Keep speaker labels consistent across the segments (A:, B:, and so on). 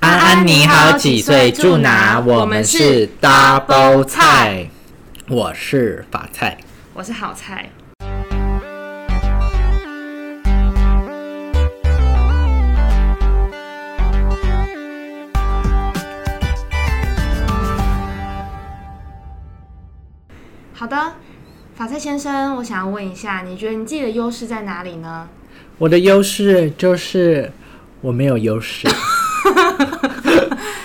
A: 安妮好几岁住哪？我们是 Double 菜，我是法菜。
B: 我是好菜。好的，法菜先生，我想要问一下，你觉得你自己的优势在哪里呢？
A: 我的优势就是我没有优 势，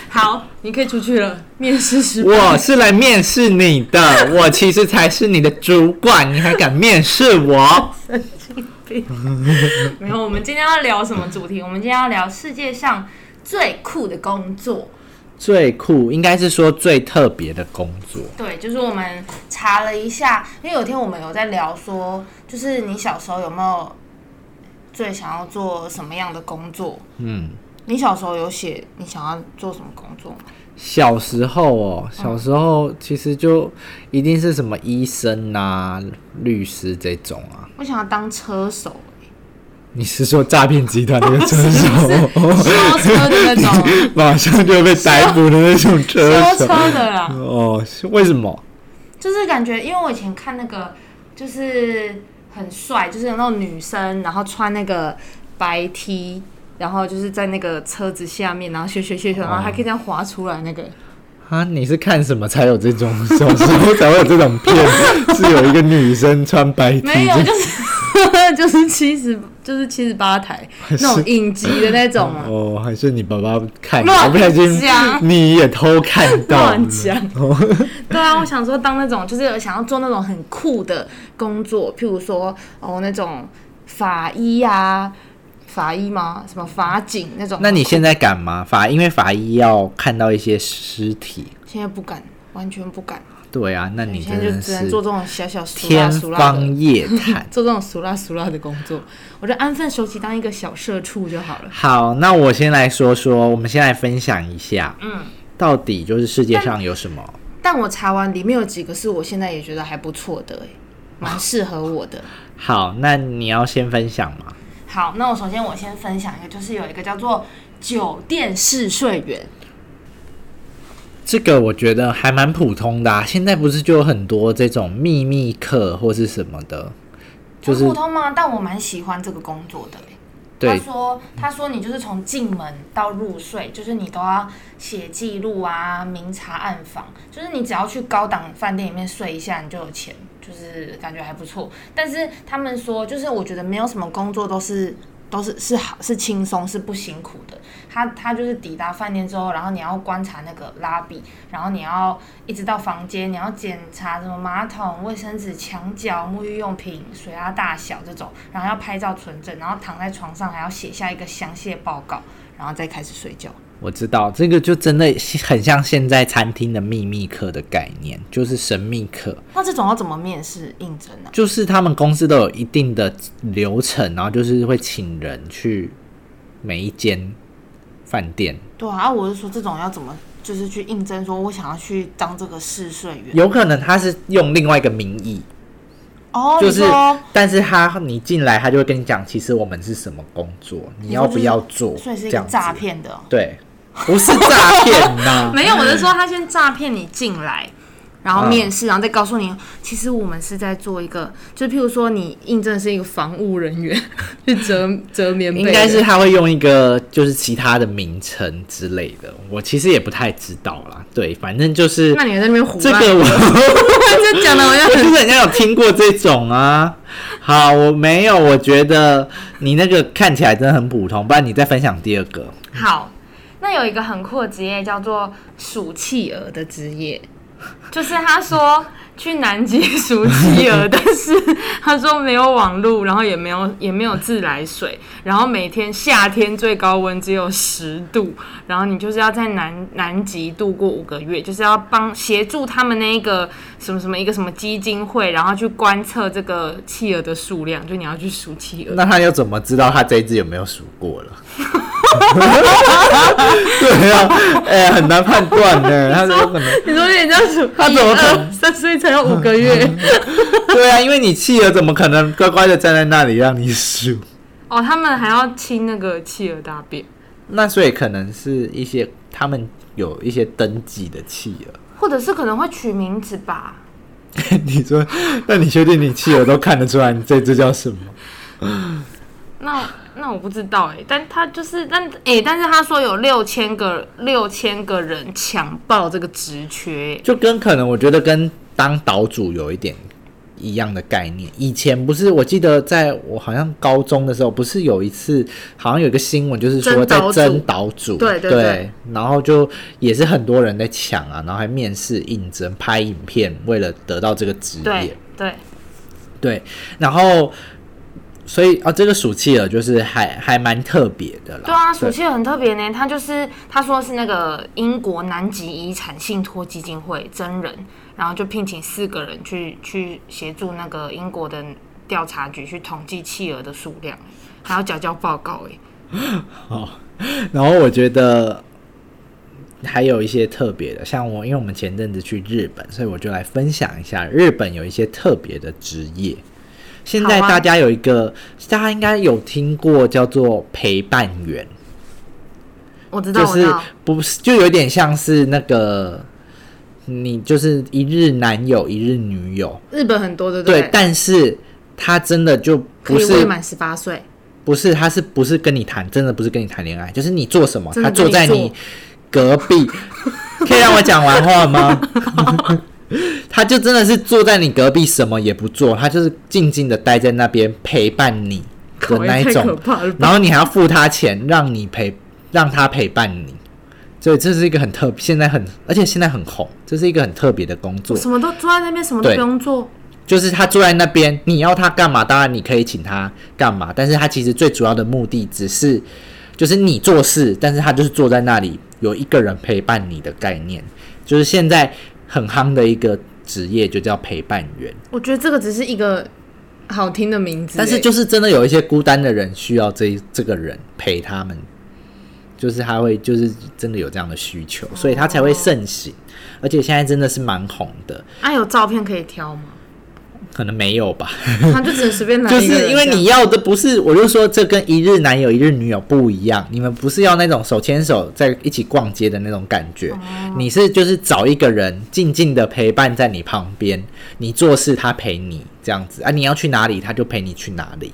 B: 好，你可以出去了，面试失败。
A: 我是来面试你的，我其实才是你的主管，你还敢面试我？
B: 没有，我们今天要聊什么主题？我们今天要聊世界上最酷的工作。
A: 最酷应该是说最特别的工作，
B: 对，就是我们查了一下，因为有一天我们有在聊说，就是你小时候有没有最想要做什么样的工作？
A: 嗯。
B: 你小时候有写你想要做什么工作吗？
A: 小时候哦，小时候其实就一定是什么医生啊、律师这种啊。
B: 我想要当车 手，
A: 你是说诈骗集团的 车手，
B: 修车的那 种，
A: 马上就会被逮捕的那种车
B: 修
A: 手？
B: 车的啦。
A: 哦，是为什么？
B: 就是感觉，因为我以前看那个就是很帅，就是有那种女生，然后穿那个白 T，然后就是在那个车子下面，然后咻咻咻咻，然后还可以这样滑出来那个。
A: 啊，你是看什么才有这种小时候才会有这种片？是有一个女生穿白 T，
B: 没有，
A: 这
B: 就是就是 七十，就是七十八台那种影集的那种啊。
A: 哦，还是你爸爸看？
B: 乱
A: 我不小心
B: 讲
A: 你也偷看到了 哦
B: 乱讲， 对啊，我想说当那种就是想要做那种很酷的工作，譬如说哦那种法医啊，法医吗？什么法警那种？
A: 那你现在敢吗？法因为法医要看到一些尸体，
B: 现在不敢，完全不敢。
A: 对啊，那你
B: 现在
A: 真
B: 就
A: 的
B: 只能做
A: 是
B: 这种小小俗辣
A: 天
B: 俗辣的，
A: 方夜 谭。
B: 做这种俗辣俗辣的工作，我就安分守己当一个小社畜就好了。
A: 好，那我先来说说，我们先来分享一下，
B: 嗯，
A: 到底就是世界上有什么？
B: 但我查完里面有几个是我现在也觉得还不错的、欸，蛮适合我的。
A: 好，那你要先分享吗？
B: 好，那我首先我先分享一个，就是有一个叫做酒店试睡员，
A: 这个我觉得还蛮普通的、啊，现在不是就有很多这种秘密课或是什么的，就是
B: 很普通吗？但我蛮喜欢这个工作的、欸。哦他
A: 对
B: 说：“他说你就是从进门到入睡，就是你都要写记录啊，明察暗访。就是你只要去高档饭店里面睡一下，你就有钱，就是感觉还不错。但是他们说，就是我觉得没有什么工作都是都是是好是轻松是不辛苦的。他他就是抵达饭店之后，然后你要观察那个拉比，然后你要一直到房间，你要检查什么马桶、卫生纸、墙角、沐浴用品、水压大小这种，然后要拍照存证，然后躺在床上还要写下一个详细的报告，然后再开始睡觉。
A: 我知道这个就真的很像现在餐厅的秘密课的概念，就是神秘课。
B: 那这种要怎么面试应征啊呢、
A: 就是他们公司都有一定的流程，然后就是会请人去每一间饭店。
B: 对啊，啊我是说这种要怎么就是去应征，说我想要去当这个试睡员。
A: 有可能他是用另外一个名义，
B: 哦，
A: 就是
B: 你说，
A: 但是他你进来，他就会跟你讲，其实我们是什么工作，你要不要做，
B: 所以是
A: 这
B: 一个
A: 样子
B: 诈，骗的哦、、
A: 对，不是诈骗呐
B: 没有，我是说他先诈骗你进来，然后
A: 啊嗯
B: 面试，然后再告诉你，其实我们是在做一个，就譬如说你应征是一个防务人员， 去折折棉被
A: 应
B: 的，
A: 该是他会用一个就是其他的名称之类的，我其实也不太知道啦。对，反正就是
B: 那你还在那边胡
A: 这
B: 乱
A: 个我。
B: 这讲的好像
A: 我就
B: 很
A: 是人家有听过这种啊。好，我没有，我觉得你那个看起来真的很普通，不然你再分享第二个。
B: 好。那有一个很酷的职业叫做数企鹅的职业，就是他说去南极数企鹅，但是他说没有网路，然后也没有也没有自来水，然后每天夏天最高温只有十度，然后你就是要在南南极度过五个月，就是要帮协助他们那一个什么什么一个什么基金会，然后去观测这个企鹅的数量，就你要去数企 鹅。
A: 那他又怎么知道他这一只有没有数过了？ 对啊，哎、很难判断呢。 他有可能
B: 你说人家数
A: 他怎么可能
B: 一二三岁才有五个月？
A: 对啊，因为你企鹅怎么可能乖乖的站在那里让你数？
B: 哦，他们还要清那个企鹅大便，
A: 那所以可能是一些他们有一些登记的企鹅。
B: 或者是可能会取名字吧。
A: 你说，那你确定你企鹅都看得出来你这只叫什么？
B: 那那我不知道哎、但他就是但哎、但是他说有六千个六千个人抢报这个职缺、
A: 就跟可能我觉得跟当岛主有一点一样的概念。以前不是，我记得在我好像高中的时候，不是有一次好像有一个新闻，就是说
B: 争
A: 在
B: 岛主
A: 争岛主，
B: 对对对
A: 然后就也是很多人在抢啊，然后还面试应征、拍影片，为了得到这个职业
B: 对。
A: 啊
B: 对，
A: 对，然后所以啊，这个暑期了，就是还还蛮特别的啦。
B: 对啊，暑期很特别呢。他就是他说是那个英国南极遗产信托基金会真人，然后就聘请四个人去去协助那个英国的调查局去统计企鹅的数量，还要缴交报告哎。
A: 然后我觉得还有一些特别的，像我，因为我们前阵子去日本，所以我就来分享一下日本有一些特别的职业。现在
B: 好啊
A: 大家有一个，大家应该有听过叫做陪伴员，
B: 我知道，
A: 就
B: 我知
A: 是
B: 道，
A: 不是就有点像是那个你就是一日男友一日女友，
B: 日本很多的
A: 对，
B: 对，
A: 但是他真的就
B: 可
A: 不
B: 以未
A: 是
B: 满十八岁。
A: 不是，他是不是跟你谈？真的不是跟你谈恋爱，就是你做什么，
B: 真
A: 他
B: 的
A: 坐在
B: 跟你
A: 你隔 壁。可以让我讲完话吗？ 他就真的是坐在你隔壁，什么也不做，他就是静静的待在那边陪伴你的那一
B: 太可
A: 种，
B: 怕了吧
A: 然后你还要付他钱，让你陪，让他陪伴你。所以这是一个很特，现在很，而且现在很红，这是一个很特别的工作。
B: 什么都坐在那边，什么都
A: 对
B: 不用做。
A: 就是他坐在那边，你要他干嘛，当然你可以请他干嘛，但是他其实最主要的目的只是，就是你做事，但是他就是坐在那里有一个人陪伴你的概念，就是现在很夯的一个职业，就叫陪伴员。
B: 我觉得这个只是一个好听的名字，
A: 但是
B: 欸
A: 就是真的有一些孤单的人需要这这个人陪他们，就是他会就是真的有这样的需求，所以他才会盛行，而且现在真的是蛮红的，
B: 啊，有照片可以 挑吗？
A: 可能没有吧。
B: 他就只能随便拿
A: 就
B: 一个
A: 是因
B: 人这
A: 为
B: 样，
A: 你要的不是，我就说这跟一日男友一日女友不一样，你们不是要那种手牵手在一起逛街的那种感觉，
B: 哦
A: 你是就是找一个人静静的陪伴在你旁边，你做事他陪你这样子啊，你要去哪里他就陪你去哪里，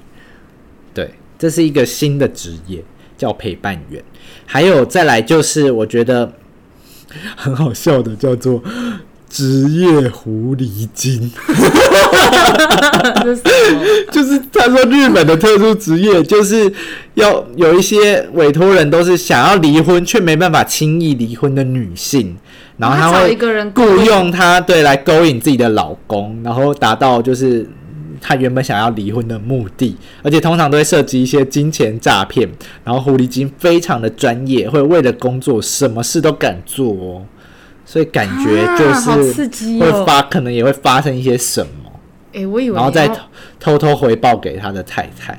A: 对，这是一个新的职业叫陪伴员，还有再来就是我觉得 很好笑的叫做职业狐狸精。
B: 这是什么
A: 就是他说日本的特殊职业就是要有一些委托人都是想要离婚却没办法轻易离婚的女性， 然后
B: 他找
A: 会
B: 一个人
A: 雇
B: 勾引
A: 佣她，对，来勾引自己的老公，然后达到就是她原本想要离婚的目的，而且通常都会涉及一些金钱诈骗。然后狐狸精非常的专业，会为了工作什么事都敢做哦，所以感觉就
B: 啊好
A: 是
B: 刺激
A: 会
B: 哦！
A: 发，可能也会发生一些什么。
B: 哎、我以为
A: 然后
B: 你要
A: 再偷偷偷回报给他的太太，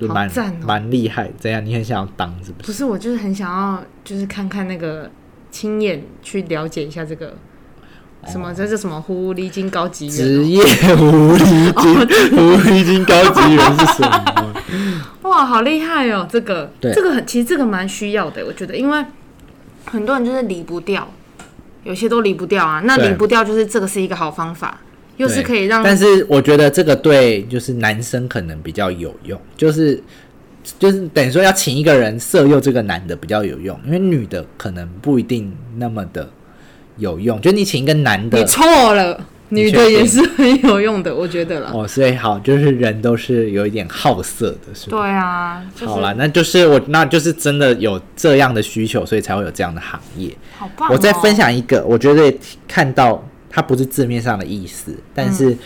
A: 就蛮
B: 好赞哦
A: 蛮厉害。怎样？你很想要当是不是？
B: 不是我就是很想要，就是看看那个亲眼去了解一下这个什
A: 哦
B: 么，这是什么狐狸精高级啊
A: 职
B: 人、
A: 业狐狸精， 狐狸精高级人是什么？
B: 哦，哇，好厉害哦！这个
A: 对
B: 这个很，其实这个蛮需要的，我觉得，因为很多人就是离不掉，有些都离不掉啊。那
A: 对
B: 离不掉就是这个是一个好方法，又是
A: 对
B: 可以让
A: 但是我觉得这个对就是男生可能比较有用，就是就是等于说要请一个人色诱这个男的比较有用，因为女的可能不一定那么的有用。就你请一个男
B: 你
A: 的。
B: 错了，
A: 你
B: 女
A: 确
B: 的也
A: 定
B: 是很有用的，我觉得啦。
A: 哦，所以好，就是人都是有一点好色的，是吧？
B: 对啊，就是
A: 好啦，那就是我，那就是真的有这样的需求，所以才会有这样的行业。
B: 好棒、哦！
A: 我再分享一个，我觉得看到它不是字面上的意思，但
B: 嗯
A: 是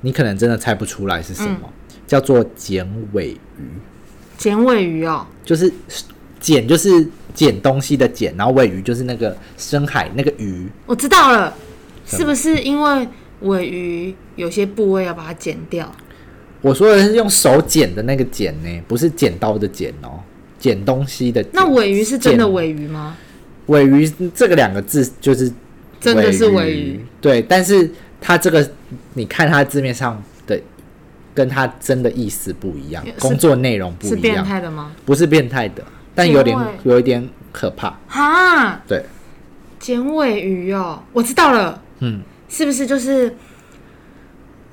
A: 你可能真的猜不出来是什么，叫做剪尾鱼，
B: 剪尾鱼哦，
A: 就是剪就是剪东西的剪，然后尾鱼就是那个深海那个鱼，
B: 我知道了，
A: 什么
B: 是不是因为尾鱼有些部位要把它剪掉？
A: 我说的是用手剪的那个剪呢，不是剪刀的剪哦，剪东西的剪。
B: 那尾鱼是真的
A: 剪
B: 尾鱼吗？
A: 尾鱼这个两个字就是
B: 真的是
A: 尾
B: 尾
A: 鱼
B: 鱼，
A: 对，但是它这个你看它字面上的，跟它真的意思不一样
B: 是，
A: 工作内容不
B: 是
A: 一
B: 变
A: 样，
B: 态的吗？
A: 不是变态的，但有点
B: 对
A: 有一点可怕。
B: 哈，
A: 对，
B: 剪尾鱼哦，我知道了，
A: 嗯，
B: 是不是就是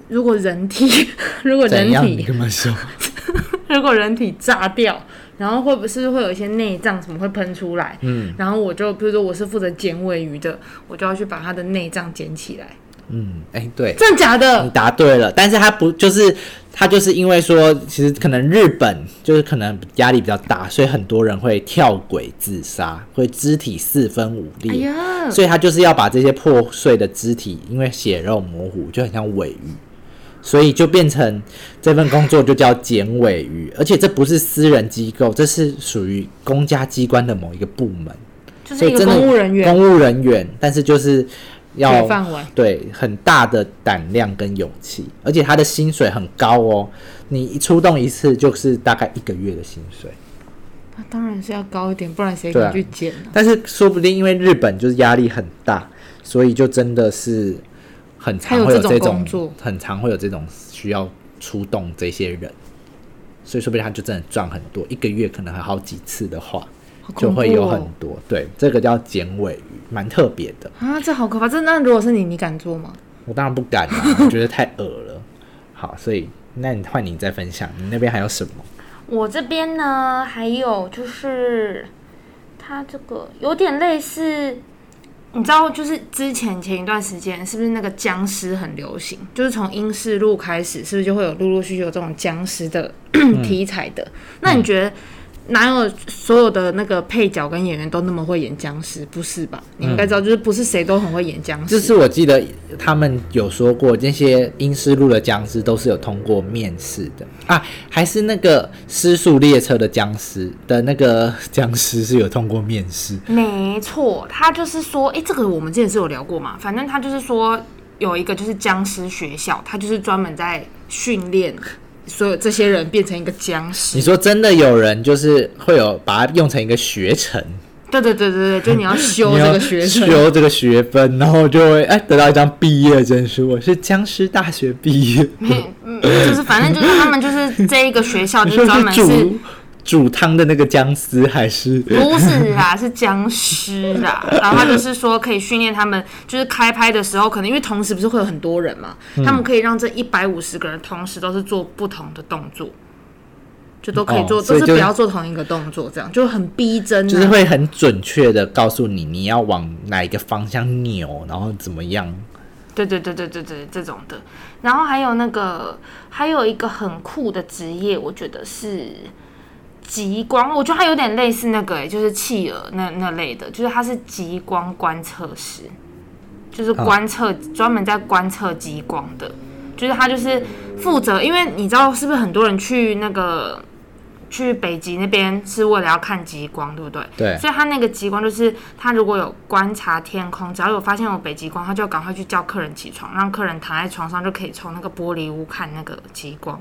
B: 如果人体 如果人
A: 怎样？你
B: 体
A: 这么说？
B: 如果人体炸掉，然后会不是会有一些内脏什么会喷出来？
A: 嗯
B: 然后我就比如说我是负责剪尾鱼的，我就要去把它的内脏捡起来，
A: 嗯，哎、对，
B: 真的假的？
A: 你答对了，但是他不就是他就是因为说，其实可能日本就是可能压力比较大，所以很多人会跳轨自杀，会肢体四分五
B: 哎
A: 裂，
B: 呀，
A: 所以他就是要把这些破碎的肢体，因为血肉模糊，就很像尾鱼。所以就变成这份工作就叫剪尾鱼，而且这不是私人机构，这是属于公家机关的某一个部门，
B: 就
A: 所
B: 是
A: 以
B: 一个
A: 真的
B: 嗯公务人员嗯
A: 公务人员，但是就是要
B: 铁饭碗。
A: 对，很大的胆量跟勇气，而且他的薪水很高哦。你一出动一次就是大概一个月的薪水，
B: 那啊当然是要高一点，不然谁
A: 对啊
B: 敢去捡呢、
A: 但是说不定因为日本就是压力很大，所以就真的是很
B: 还
A: 常
B: 有
A: 会有
B: 这
A: 这
B: 种
A: 种
B: 工作
A: 很常会有这种需要出动这些人，所以说不定他就真的赚很多，一个月可能还好几次的话，
B: 好
A: 就
B: 恐怖
A: 会有很
B: 哦
A: 多。对，这个叫剪尾鱼，蛮特别的。
B: 啊，这好可怕！这那如果是你，你敢做吗？
A: 我当然不敢啊，我觉得太恶了。好，所以那你换你再分享，你那边还有什么？
C: 我这边呢，还有就是它这个有点类似，
B: 你知道，就是之前前一段时间，是不是那个僵尸很流行？就是从英式路开始，是不是就会有陆陆续续有这种僵尸的题材的？那你觉得哪有所有的那个配角跟演员都那么会演僵尸？不是吧？你应该知道，就是不是谁都很会演僵尸。
A: 就是我记得他们有说过，这些英式路的僵尸都是有通过面试的啊，还是那个失速列车的僵尸的那个僵尸是有通过面 试。
B: 没错，他就是说，诶，这个我们之前是有聊过嘛，反正他就是说有一个就是僵尸学校，他就是专门在训练所有这些人变成一个僵
A: 你
B: 尸。
A: 说真的有人就是会有把它用成一个学程，
B: 对对对对对，就你要修
A: 你
B: 哦这
A: 要
B: 个学程。
A: 修这个学分，然后就会哎得到一张毕业证书，我是僵尸大学毕业。
B: 没，嗯，就是反正就是他们就是这一个学校
A: 你说
B: 就是专
A: 是
B: 门是
A: 煮煮汤的那个僵尸，还 是
B: 不是啦，是僵尸啦。然后他就是说可以训练他们，就是开拍的时候，可能因为同时不是会有很多人嘛，他们可以让这一百五十个人同时都是做不同的动作，就都可以做，
A: 哦所
B: 都
A: 以
B: 是
A: 就
B: 不要做同一个动作，这样就很逼真、啊。
A: 就是会很准确的告诉你你要往哪一个方向扭，然后怎么样？
B: 对对对对对对，这种的。
C: 然后还有那个还有一个很酷的职业，我觉得是极光，我觉得它有点类似那个、欸，就是企鹅那那类的，就是它是极光观测师，
B: 就是观测专门在观测极光的，就是他就是负责，因为你知道是不是很多人去那个去北极那边是为了要看极光，对不对？
A: 对
B: 所以他那个极光就是他如果有观察天空，只要有发现有北极光，他就赶快去叫客人起床，让客人躺在床上就可以从那个玻璃屋看那个极光。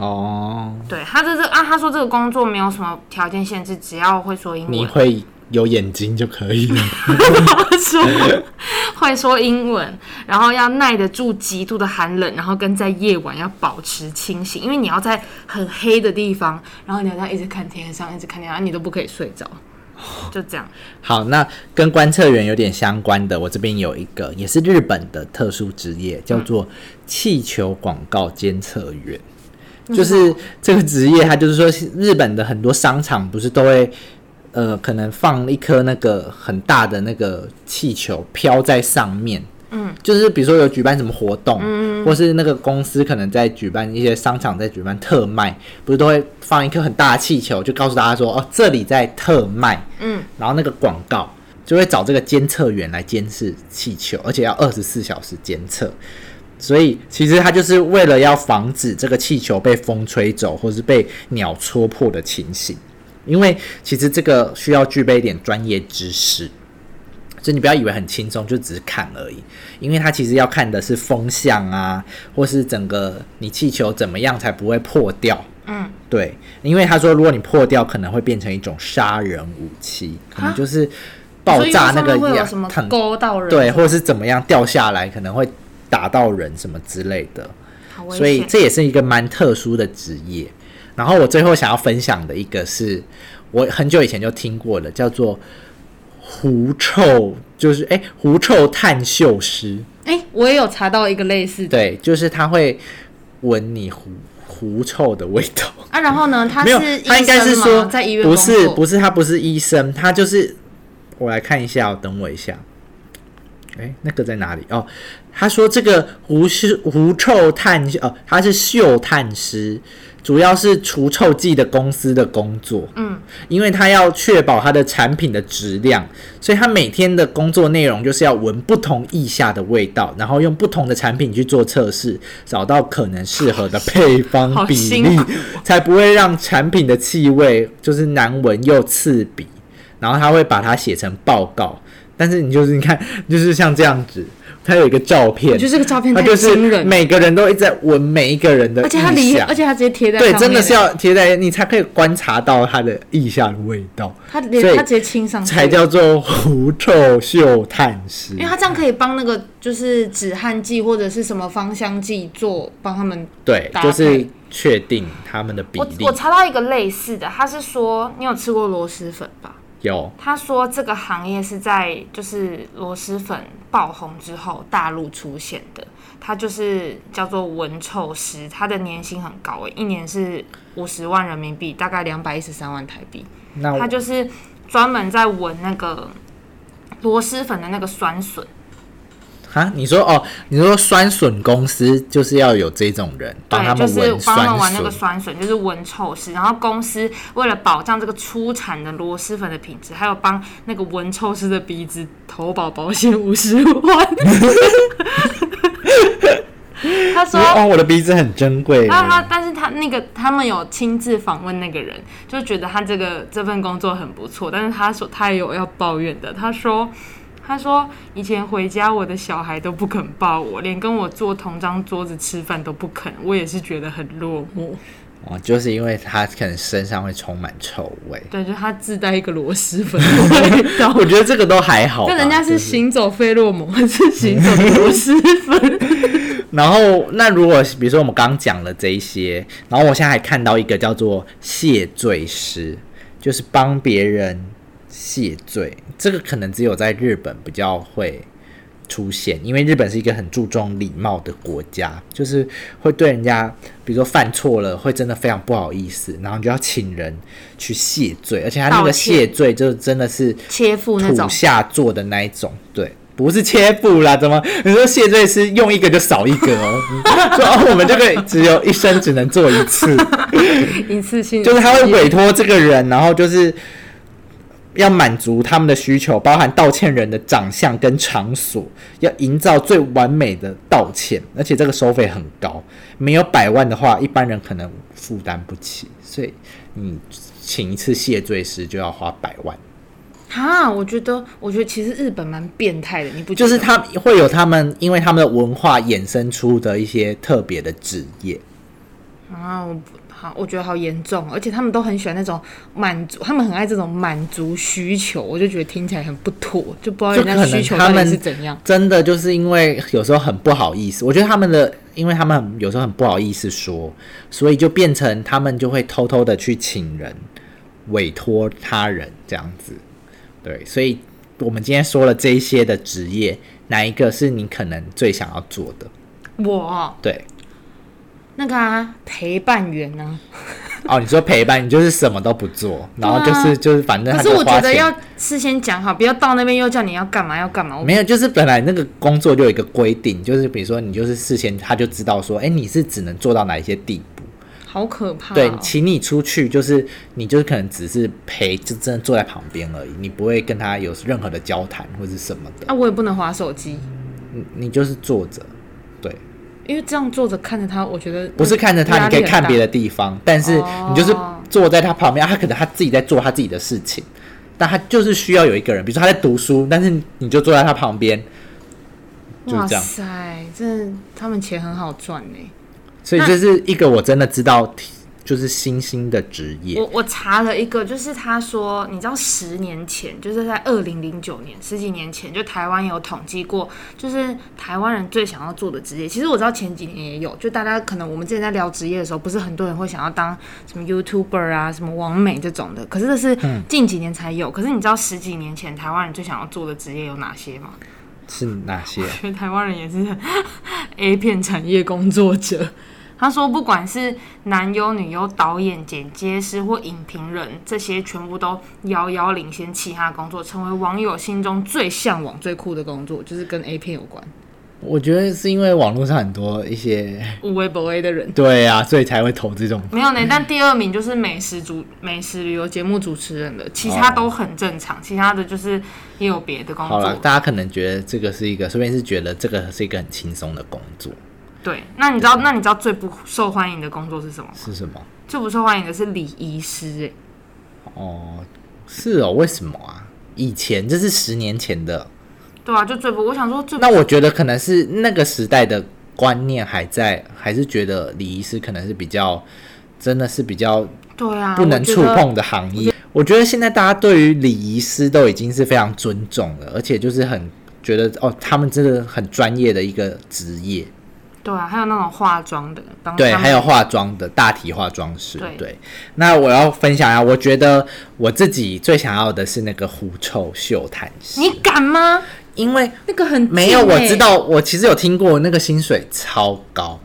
A: 哦，
B: 对他这这啊，他说这个工作没有什么条件限制，只要会说英文，
A: 你会有眼睛就可以了。
B: 说会说英文，然后要耐得住极度的寒冷，然后跟在夜晚要保持清醒，因为你要在很黑的地方，然后你要这样一直看天上，一直看天上，你都不可以睡着，就这样。
A: 好，那跟观测员有点相关的，我这边有一个也是日本的特殊职业，叫做气球广告监测员。就是这个职业，它就是说，日本的很多商场不是都会，呃，可能放一颗那个很大的那个气球飘在上面。嗯，就是比如说有举办什么活动，或是那个公司可能在举办一些商场在举办特卖，不是都会放一颗很大的气球，就告诉大家说，哦，这里在特卖。然后那个广告就会找这个监测员来监视气球，而且要二十四小时监测。所以其实它就是为了要防止这个气球被风吹走或是被鸟戳破的情形，因为其实这个需要具备一点专业知识。所以你不要以为很轻松，就只是看而已，因为它其实要看的是风向啊，或是整个你气球怎么样才不会破掉。嗯，对，因为他说如果你破掉，可能会变成一种杀人武器，可
B: 啊
A: 能就是爆炸那个
B: 所以上面会有
A: 氧
B: 什么
A: 很
B: 勾到人？
A: 对，或者是怎么样掉下来，可能会打到人什么之类的，
B: 好危险
A: 所以这也是一个蛮特殊的职业。然后我最后想要分享的一个是我很久以前就听过的，叫做狐臭，就是哎狐臭探嗅师，
B: 哎、我也有查到一个类似的
A: 对，就是他会闻你狐狐臭的味道。
B: 啊，然后呢，他
A: 没有
B: 是，
A: 他
B: 医
A: 应该
B: 生
A: 是
B: 吗
A: 说
B: 在医院
A: 不
B: 工
A: 是
B: 作
A: 不是，他不是医生，他就是我来看一下、哦，等我一下。哎，那个在哪里？哦，他说这个狐是狐臭探哦，他是嗅探师，主要是除臭剂的公司的工作。
B: 嗯，
A: 因为他要确保他的产品的质量，所以他每天的工作内容就是要闻不同意下的味道，然后用不同的产品去做测试，找到可能适合的配
B: 好
A: 方比
B: 辛
A: 例
B: 苦，
A: 才不会让产品的气味就是难闻又刺鼻。然后他会把它写成报告，但是你就是你看， 就是像这样子，他有一个照片
B: 我觉，得这个照片
A: 他
B: 太
A: 就是
B: 惊人，
A: 每个人都一直在闻每一个人的
B: 而
A: 意
B: 且他离，
A: 向
B: 而。且他直接贴在
A: 对，
B: 上
A: 真的
B: 面
A: 是要贴在你才可以观察到它的腋下的味道，
B: 他
A: 所
B: 连
A: 以
B: 他直接亲上去
A: 才叫做狐臭嗅探师
B: 因。为他这样可以帮那个就是止汗剂或者是什么芳香剂做帮他们。
A: 对，
B: 搭配
A: 就是确定它们的比
B: 我
A: 例
B: 我查到一个类似的，他是说你有吃过螺蛳粉吧？
A: 有
B: 他说这个行业是在就是螺蛳粉爆红之后大陆出现的，它就是叫做闻臭师，它的年薪很高欸诶，一年是五十万人民币，大概两百一十三万台币。
A: 那我
B: 它就是专门在闻那个螺蛳粉的那个酸笋。
A: 啊，你说哦，你说酸笋公司就是要有这种人帮他
B: 对，
A: 们
B: 就是
A: 闻
B: 帮他
A: 酸
B: 们玩那个
A: 笋，
B: 酸笋，就是闻臭师。然后公司为了保障这个出产的螺蛳粉的品质，还有帮那个闻臭师的鼻子投保保险五十 万。 他
A: 就
B: 说
A: 是。哦，我的鼻子很珍贵。
B: 然后他，但是他那个他们有亲自访问那个人，就觉得他这个这份工作很不错，但是他说他也有要抱怨的，他说。他说：“以前回家，我的小孩都不肯抱我，连跟我坐同张桌子吃饭都不肯，我也是觉得很落寞。
A: 哦，就是因为他可能身上会充满臭味。 ，
B: 对，就他自带一个螺蛳粉的味道
A: 我觉得这个都还好吧，
B: 就人家是
A: 就是
B: 行走费洛蒙，还是行走的螺蛳粉？
A: 然后，那如果比如说我们刚刚讲了这一些，然后我现在还看到一个叫做谢罪师，就是帮别人谢罪，这个可能只有在日本比较会出现，因为日本是一个很注重礼貌的国家，就是会对人家，比如说犯错了，会真的非常不好意思，然后你就要请人去谢罪，而且他那个
B: 道歉
A: 谢罪就真的是
B: 切腹那
A: 土
B: 种，
A: 下做的那一种，对，不是切腹啦，怎么 你说谢罪师用一个就少一个哦？ 说哦，我们这个只有一生只能做一次，
B: 一次性
A: 就是他会委托这个人，然后就是要满足他们的需求，包含道歉人的长相跟场所，要营造最完美的道歉，而且这个收费很高，没有百万的话，一般人可能负担不起，所以你请一次谢罪师就要花百万。
B: 哈，我觉得，我觉得其实日本蛮变态的，你不觉
A: 就
B: 得
A: 是他会有他们，因为他们的文化衍生出的一些特别的职业。
B: 啊，我不好，我觉得好严重，而且他们都很喜欢那种满足，他们很爱这种满足需求，我就觉得听起来很不妥，就不知道
A: 就
B: 人
A: 可
B: 家
A: 能
B: 哦需求
A: 他
B: 到底
A: 们
B: 是怎样。
A: 真的就是因为有时候很不好意思，我觉得他们的，因为他们很有时候很不好意思说，所以就变成他们就会偷偷的去请人，委托他人这样子。对，所以我们今天说了这一些的职业，哪一个是你可能最想要做的？
B: 我
A: 对，
B: 那个啊，陪伴员啊呢、
A: 哦，你说陪伴，你就是什么都不做，然后就是、就是反正
B: 啊
A: 他
B: 可是
A: 就
B: 我
A: 花
B: 觉得
A: 钱
B: 要事先讲好，不要到那边又叫你要干嘛要干嘛。我
A: 没有，就是本来那个工作就有一个规定，就是比如说你就是事先他就知道说，哎，你是只能做到哪一些地步。
B: 好可怕、哦。
A: 对，请你出去就是你就是可能只是陪，就真的坐在旁边而已，你不会跟他有任何的交谈或是什么的，
B: 啊，我也不能划手机，
A: 你你就是坐着。对，
B: 因为这样坐着看着他，我觉得
A: 不是看着他，你
B: 压力
A: 可以
B: 很
A: 看
B: 大
A: 别的地方，但是
B: 哦
A: 你就是坐在他旁边，啊他可能他自己在做他自己的事情，但他就是需要有一个人，比如说他在读书，但是你就坐在他旁边，就是
B: 哇
A: 这样。
B: 塞，这他们钱很好赚呢。欸
A: 所以这是一个我真的知道就是新兴的职业
B: 我。我查了一个，就是他说，你知道十年前，就是在二零零九年，十几年前，就台湾有统计过，就是台湾人最想要做的职业。其实我知道前几年也有，就大家可能我们之前在聊职业的时候，不是很多人会想要当什么 YouTuber 啊、什么网美这种的，可是这是近几年才有。可是你知道十几年前台湾人最想要做的职业有哪些吗？
A: 是哪些？
B: 觉得台湾人也是 A 片产业工作者。他说，不管是男优、女优、导演、剪接师或影评人，这些全部都遥遥领先其他工作，成为网友心中最向往、最酷的工作，就是跟 A 片有关。
A: 我觉得是因为网络上很多一 些
B: 无微不微的人
A: 对啊，所以才会投这种。
B: 没有呢，但第二名就是美食主、美食旅游节目主持人了，其他都很正常，其他的就是也有别的工
A: 好了，
B: 作。
A: 大家可能觉得这个是一个，顺便是觉得这个是一个很轻松的工作，
B: 对，那你知道，那你知道最不受欢迎的工作是什么吗？
A: 是什么？
B: 最不受欢迎的是礼仪师、欸，
A: 哦，是哦，为什么啊？以前这是十年前的，
B: 对啊，就最不，我想说最不
A: 那我觉得可能是那个时代的观念还在，还是觉得礼仪师可能是比较，真的是比较
B: 对啊，
A: 不能
B: 我觉
A: 触
B: 得。
A: 碰的行业。我觉得现在大家对于礼仪师都已经是非常尊重了，而且就是很觉得哦，他们真的很专业的一个职业。
B: 对啊，还有那种化妆的，帮
A: 对，
B: 他们
A: 还有化妆的大体化妆师。
B: 对
A: 对，那我要分享一下，我觉得我自己最想要的是那个狐臭嗅探师，
B: 你敢吗？
A: 因为
B: 那个很、欸
A: 没有，我知。道，我其实有听过那个薪水超高，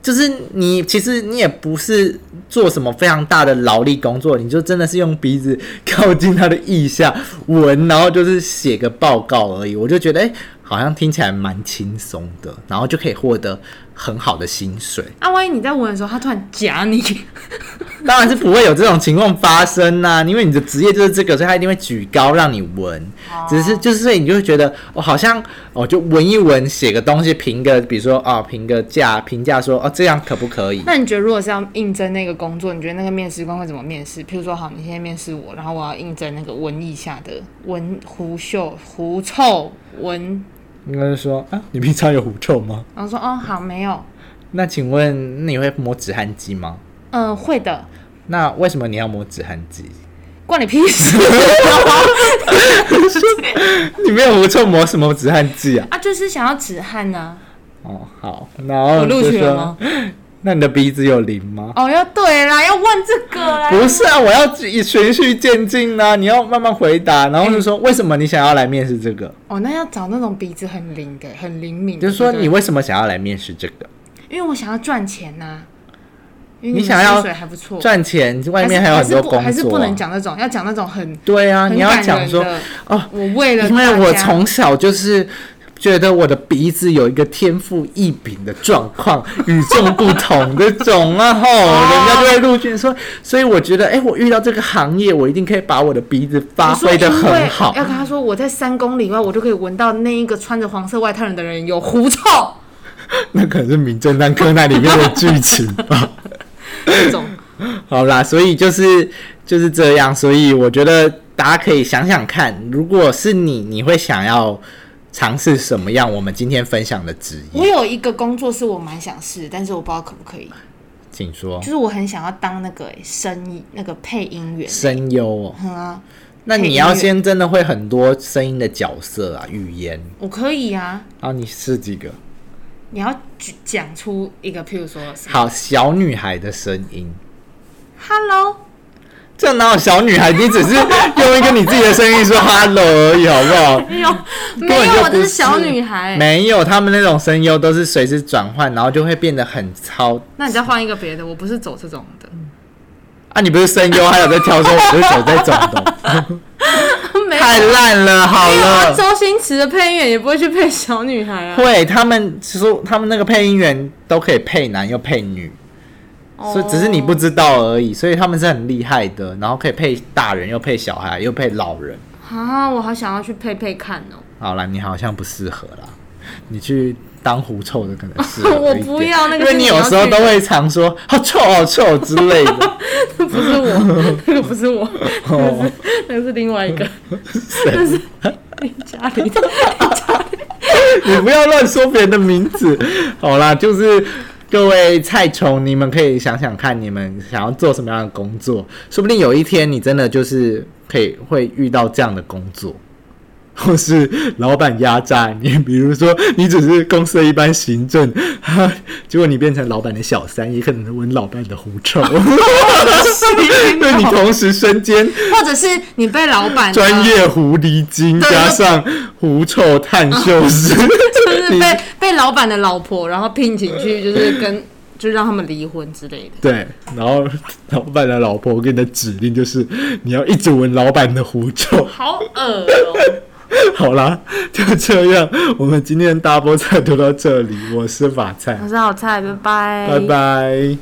A: 就是你其实你也不是做什么非常大的劳力工作，你就真的是用鼻子靠近他的腋下闻，然后就是写个报告而已。我就觉得，哎、好像听起来蛮轻松的，然后就可以获得很好的薪水。
B: 啊，万一你在闻的时候，他突然夹你，
A: 当然是不会有这种情况发生呐、因为你的职业就是这个，所以他一定会举高让你闻。
B: 哦
A: 只是就是所以你就会觉得，我、好像哦，就闻一闻，写个东西，评个，比如说啊、评个价，评价说哦，这样可不可以？
B: 那你觉得如果是要应征那个工作，你觉得那个面试官会怎么面试？譬如说，好，你现在面试我，然后我要应征那个闻一下的闻狐臭、狐臭闻，
A: 应该是说啊，你平常有狐臭吗？
B: 然后说哦，好，没有，
A: 那请问你会摸止汗机吗？
B: 嗯、会的，
A: 那为什么你要摸止汗机？
B: 关你屁 事
A: 你没有狐臭，摸什么止汗机啊？
B: 啊！就是想要止汗啊呢、
A: 哦，好，然后
B: 我录
A: 就
B: 取了
A: 说
B: 吗？
A: 那你的鼻子有灵吗？
B: 哦，要对啦，要问这个啦。
A: 不是啊，我要循序渐进呐、你要慢慢回答，然后就说为什么你想要来面试这个，
B: 哦，那要找那种鼻子很灵的、很灵敏的。
A: 就是说
B: 对不
A: 你
B: 对，
A: 为什么想要来面试这个，
B: 因为我想要赚钱呐、因为
A: 你
B: 们
A: 想要
B: 薪水还不错，
A: 赚钱，外
B: 还是
A: 面还有很多
B: 还是不
A: 工
B: 还是
A: 作
B: 不
A: 啊、
B: 能讲那种，要讲那种很
A: 对啊，你要
B: 很感
A: 讲
B: 人
A: 说
B: 的
A: 哦，
B: 我为了
A: 因为
B: 大
A: 我
B: 家
A: 从小就是。觉得我的鼻子有一个天赋异禀的状况，与众不同这种啊 吼，
B: 哦
A: 人家就会录取说，所以我觉得，哎、我遇到这个行业，我一定可以把我的鼻子发
B: 我说
A: 挥的
B: 因为
A: 很好。
B: 要跟他说，我在三公里外，我就可以闻到那一个穿着黄色外套的人有狐臭， 哎
A: 那可能是《名侦探柯南》里面的剧情吧。
B: 这种
A: 好啦，所以就是就是这样，所以我觉得大家可以想想看，如果是你，你会想要尝试什么样我们今天分享的职
B: 我
A: 业？
B: 有一个工作是我蛮想试的，但是我不知道可不可以。
A: 请说
B: 就。是我很想要当那个、欸、声音那个配音员，
A: 声优哦，
B: 嗯啊，
A: 那你要先真的会很多声音的角色啊，语言，
B: 我可以啊。
A: 然后你试几个？
B: 你要举讲出一个，譬如说什么
A: 好，小女孩的声音，
B: ，Hello，
A: 这哪有小女孩？你只是用一个你自己的声音说 hello 而已，好不好？
B: 没有，
A: 根
B: 没
A: 本就
B: 有，我
A: 不
B: 这是
A: 是
B: 小女孩。
A: 没有，他们那种声优都是随时转换，然后就会变得很糙
B: 那你再换一个别的，我不是走这种的，
A: 啊！你不是声优，还有在挑说我是走在走 的，
B: 没
A: 太
B: 有。
A: 烂了，好
B: 没有啊，
A: 了。
B: 周星驰的配音员也不会去配小女孩啊，
A: 会，他们是说他们那个配音员都可以配男又配女，
B: 哦
A: 所以只是你不知道而已，所以他们是很厉害的，然后可以配大人又配小孩又配老人。
B: 啊！我好想要去配配看哦，
A: 好啦，你好像不适合啦，你去当狐臭的可能适合
B: 我
A: 一点
B: 不要那个
A: 因
B: 是
A: 为你
B: 你
A: 有
B: 要
A: 时候
B: 去
A: 都
B: 的
A: 会常说好臭好臭之类的。
B: 不 是我，那个不是我，
A: 哦
B: 那个是那个是另外一个，那是林嘉玲的，
A: 你不要乱说别人的名字。好啦，就是各位菜虫，你们可以想想看，你们想要做什么样的工作？说不定有一天你真的就是可以会遇到这样的工作，或是老板压榨你。比如说，你只是公司的一般行政，哈，结果你变成老板的小三，也可能闻老板的狐 臭， 对你同时身兼
B: 或者是你被老板的
A: 专业狐狸精
B: 对
A: 加上狐臭探秀师，
B: 就是
A: 你
B: 被被老板的老婆，然后聘请去，就是跟就让他们离婚之类的。
A: 对，然后老板的老婆给你的指令就是你要一直闻老板的狐臭。
B: 好恶哦！
A: 好啦，就这样，我们今天的大波菜就到这里。我是法菜，
B: 我是好菜，拜拜，
A: 拜拜。